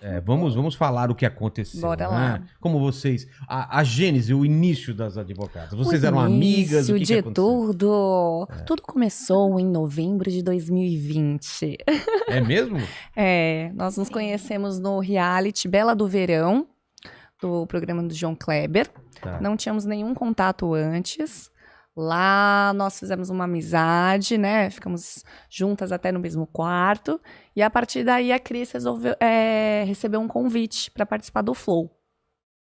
É, vamos, vamos falar o que aconteceu. Bora lá. né? Como vocês. A, a gênese, o início das advogadas. Vocês eram amigas? O Isso, que que de aconteceu? É. tudo. Tudo começou em novembro de 2020. É mesmo? É, nós nos conhecemos no reality Bela do Verão, do programa do João Kleber. Tá. Não tínhamos nenhum contato antes. Lá nós fizemos uma amizade, né? Ficamos juntas até no mesmo quarto. E a partir daí a Cris resolveu, é, recebeu um convite para participar do Flow.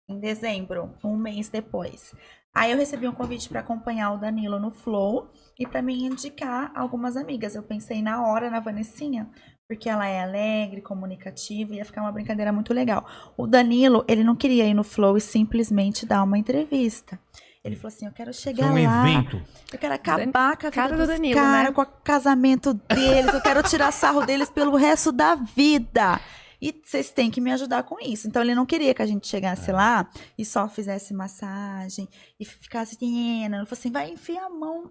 em dezembro, um mês depois. Aí eu recebi um convite para acompanhar o Danilo no Flow e para me indicar algumas amigas. Eu pensei na hora na Vanessinha, porque ela é alegre, comunicativa, ia ficar uma brincadeira muito legal. O Danilo, ele não queria ir no Flow e simplesmente dar uma entrevista. Ele falou assim: Eu quero Foi chegar um lá. evento. Eu quero acabar com a vida Cara do dos Danilo, caras, né? com o casamento deles. Eu quero tirar sarro deles pelo resto da vida. E vocês têm que me ajudar com isso. Então ele não queria que a gente É. chegasse lá e só fizesse massagem e ficasse dinheiro. Ele falou assim: vai enfiar a mão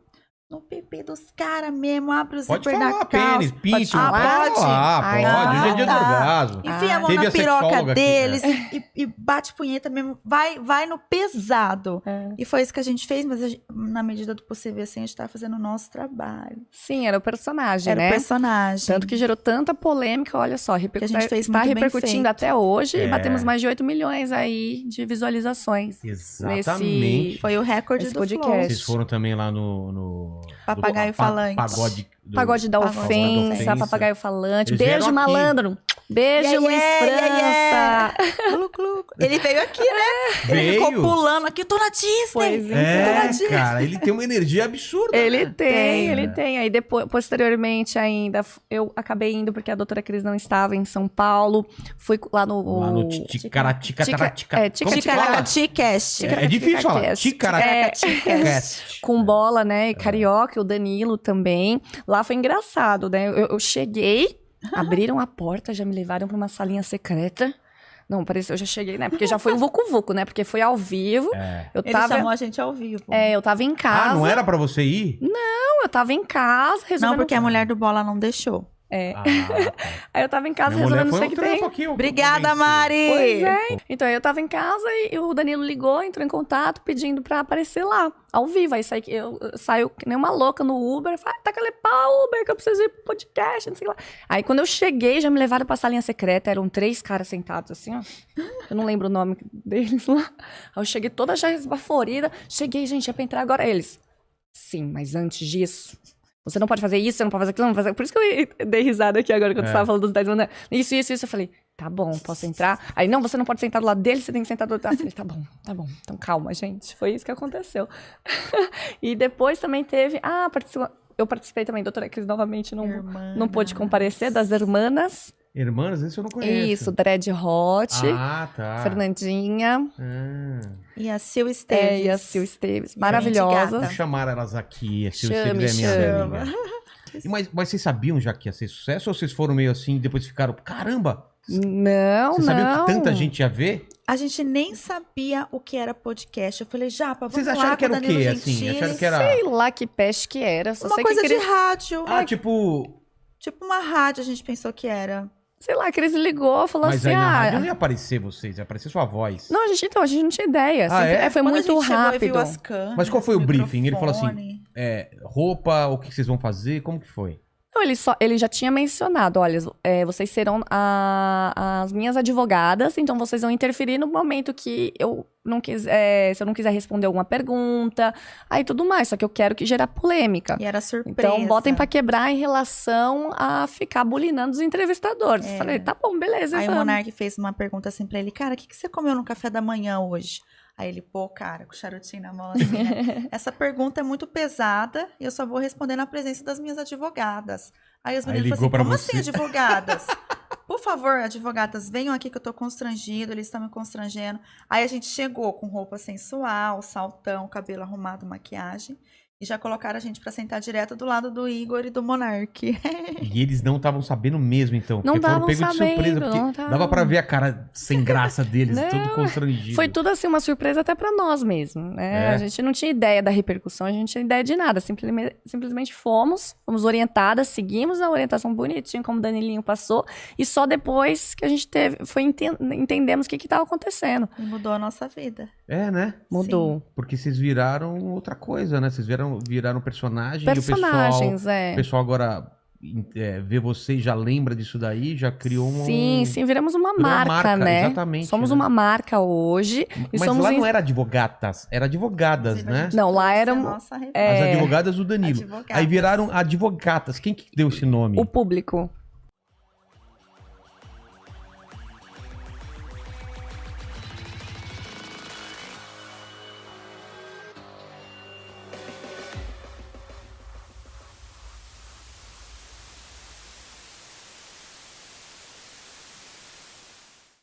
no pipi dos caras mesmo, abre o Pode zíper da falar, calça. Ah, pênis, pinto, falar? pode falar, Ai, pode. Hoje é dia do tá. orgasmo. Enfia a mão Ah, Teve a sexóloga na aqui, piroca né? deles e, e bate punheta mesmo. Vai, vai no pesado. É. E foi isso que a gente fez, mas a gente- na medida do possível, assim, a gente tá fazendo o nosso trabalho. Sim, era o personagem, Era né? o personagem. Tanto que gerou tanta polêmica, olha só, repercu- Que a gente fez está muito bem feito. repercutindo até hoje É. e batemos mais de 8 milhões aí de visualizações. Exatamente. Foi o recorde Esse do podcast. Flow. Vocês foram também lá no. no Papagaio pa- Falante. Pagode. do- Pagode da Pagode da ofensa, Ofensa. papagaio falante. Eles Beijo, vieram aqui. malandro. Beijo, Yeah, Luiz yeah, França. yeah, Lucu, lucu. Ele veio aqui, né? Ele ficou Veio. pulando aqui. Eu tô na Disney. Pois Eu tô na É, Disney. cara, ele tem uma energia absurda. Ele tem, Tem. ele tem. Aí depois, posteriormente ainda, f- eu acabei indo porque a doutora Cris não estava em São Paulo. Fui lá no. Lá no Ticaratica. Tica- Tica, é, Tica- Como que fala? Ticaracati-cast. É, é difícil falar. Ticaracati. É, Ticaracati. com bola, É. né? Carioca, o Danilo também. Lá foi engraçado, né? Eu, eu cheguei, abriram a porta, já me levaram pra uma salinha secreta. Não, parece eu já cheguei, né? Porque já foi o Vucu Vucu, né? Porque foi ao vivo. É. Eu Ele tava, chamou a gente ao vivo. é, eu tava em casa. Ah, não era pra você ir? Não, eu tava em casa resolvendo. Não, porque a mulher do Bola não deixou. Ah, tá. Aí eu tava em casa Minha mulher foi resolvendo não um sei o que trampo tem. aqui. eu Obrigada, convenci. Mari! Pois é. Então, eu tava em casa e o Danilo ligou, entrou em contato pedindo pra aparecer lá, ao vivo. Aí saí, eu, eu saio que nem uma louca no Uber. Falei, tá calé pau, Uber, que eu preciso ir pro podcast, não sei lá. Aí, quando eu cheguei, já me levaram pra salinha secreta. Eram três caras sentados assim, ó. Eu não lembro o nome deles lá. Aí eu cheguei toda já esbaforida. Cheguei, gente, é pra entrar agora. Aí Eles, sim, mas antes disso... Você não pode fazer isso, você não pode fazer aquilo, não pode fazer... Por isso que eu dei risada aqui agora, quando É. você tava falando dos 10 mandamentos. Isso, isso, isso. Eu falei, Tá bom, posso entrar? Aí, não, você não pode sentar do lado dele, você tem que sentar do outro lado. Eu Falei, tá bom, tá bom. Então, calma, gente. Foi isso que aconteceu. e depois também teve... Ah, participa- eu participei também, doutora Cris, novamente, não, não pôde comparecer, das Hermanas. Irmãs, esse eu não conheço. Isso, Dread Hot, Ah, tá. Fernandinha Ah. E a Sil é, Esteves. e a Sil Esteves. Gente, Vou Maravilhosas. gata. chamar elas aqui, se você Chame, quiser, minha chama. amiga. E Mas, mas vocês sabiam já que ia ser sucesso? Ou vocês foram meio assim e depois ficaram, caramba, Não, vocês sabiam não. que tanta gente ia ver? A gente nem sabia o que era podcast. Eu falei, Japa, vamos Vocês lá acharam com que era o Danilo quê, assim? Gentili. Acharam que era- Sei lá que peste que era. Só Uma sei coisa que Cris... de rádio. Ah, tipo, Tipo uma rádio, a gente pensou que era. Sei lá, a Cris ligou, falou mas assim, aí na ah... rádio não ia aparecer vocês, ia aparecer sua voz. Não, a gente, então, a gente não tinha ideia. Ah, Sempre- é? é, Foi Quando a muito gente chegou e rápido. viu as câmeras, Mas qual foi o briefing? Ele falou assim, microfone. É, roupa, o que vocês vão fazer, como que foi? Não, ele, só, ele já tinha mencionado, olha, é, vocês serão a- as minhas advogadas, então vocês vão interferir no momento que eu não quiser, se eu não quiser responder alguma pergunta, aí tudo mais, só que eu quero que gerar polêmica. E era surpresa. Então, botem pra quebrar em relação a ficar bulinando os entrevistadores. É. Falei, tá bom, beleza. Aí o vamos. Monark fez uma pergunta assim pra ele, cara, o que, que você comeu no café da manhã hoje? Aí ele, pô, cara, com o charutinho na mão assim, né? Essa pergunta é muito pesada e eu só vou responder na presença das minhas advogadas. Aí os Aí meninos ligou falaram assim, como pra assim advogadas? Por favor, advogadas, venham aqui que eu tô constrangido, eles estão me constrangendo. Aí a gente chegou com roupa sensual, saltão, cabelo arrumado, maquiagem. E já colocaram a gente pra sentar direto do lado do Igor e do Monark. E eles não estavam sabendo mesmo, então. Não porque estavam foram pegos de surpresa. sabendo. Porque não tavam. dava pra ver a cara sem graça deles, Não. todo constrangido. Foi tudo assim uma surpresa até pra nós mesmo, né? É. A gente não tinha ideia da repercussão, a gente não tinha ideia de nada. Simplesmente, simplesmente fomos, fomos orientadas, seguimos a orientação bonitinho, como o Danilinho passou, e só depois que a gente teve, foi enten- entendemos o que estava acontecendo. E mudou a nossa vida. É, né? Mudou. Porque vocês viraram outra coisa, né? Vocês viraram, viraram personagem e o pessoal, Personagens, o é. pessoal agora é, vê você e já lembra disso daí, já criou um... Sim, sim, viramos uma virou uma marca, né? Exatamente. Somos né? uma marca hoje. e um Mas somos lá em- não era advogatas, era advogadas, Inclusive, a né? gente Não, lá trouxe a eram- nossa é, As advogadas do Danilo. advogada. Aí viraram advogatas. Quem que deu esse nome? O público.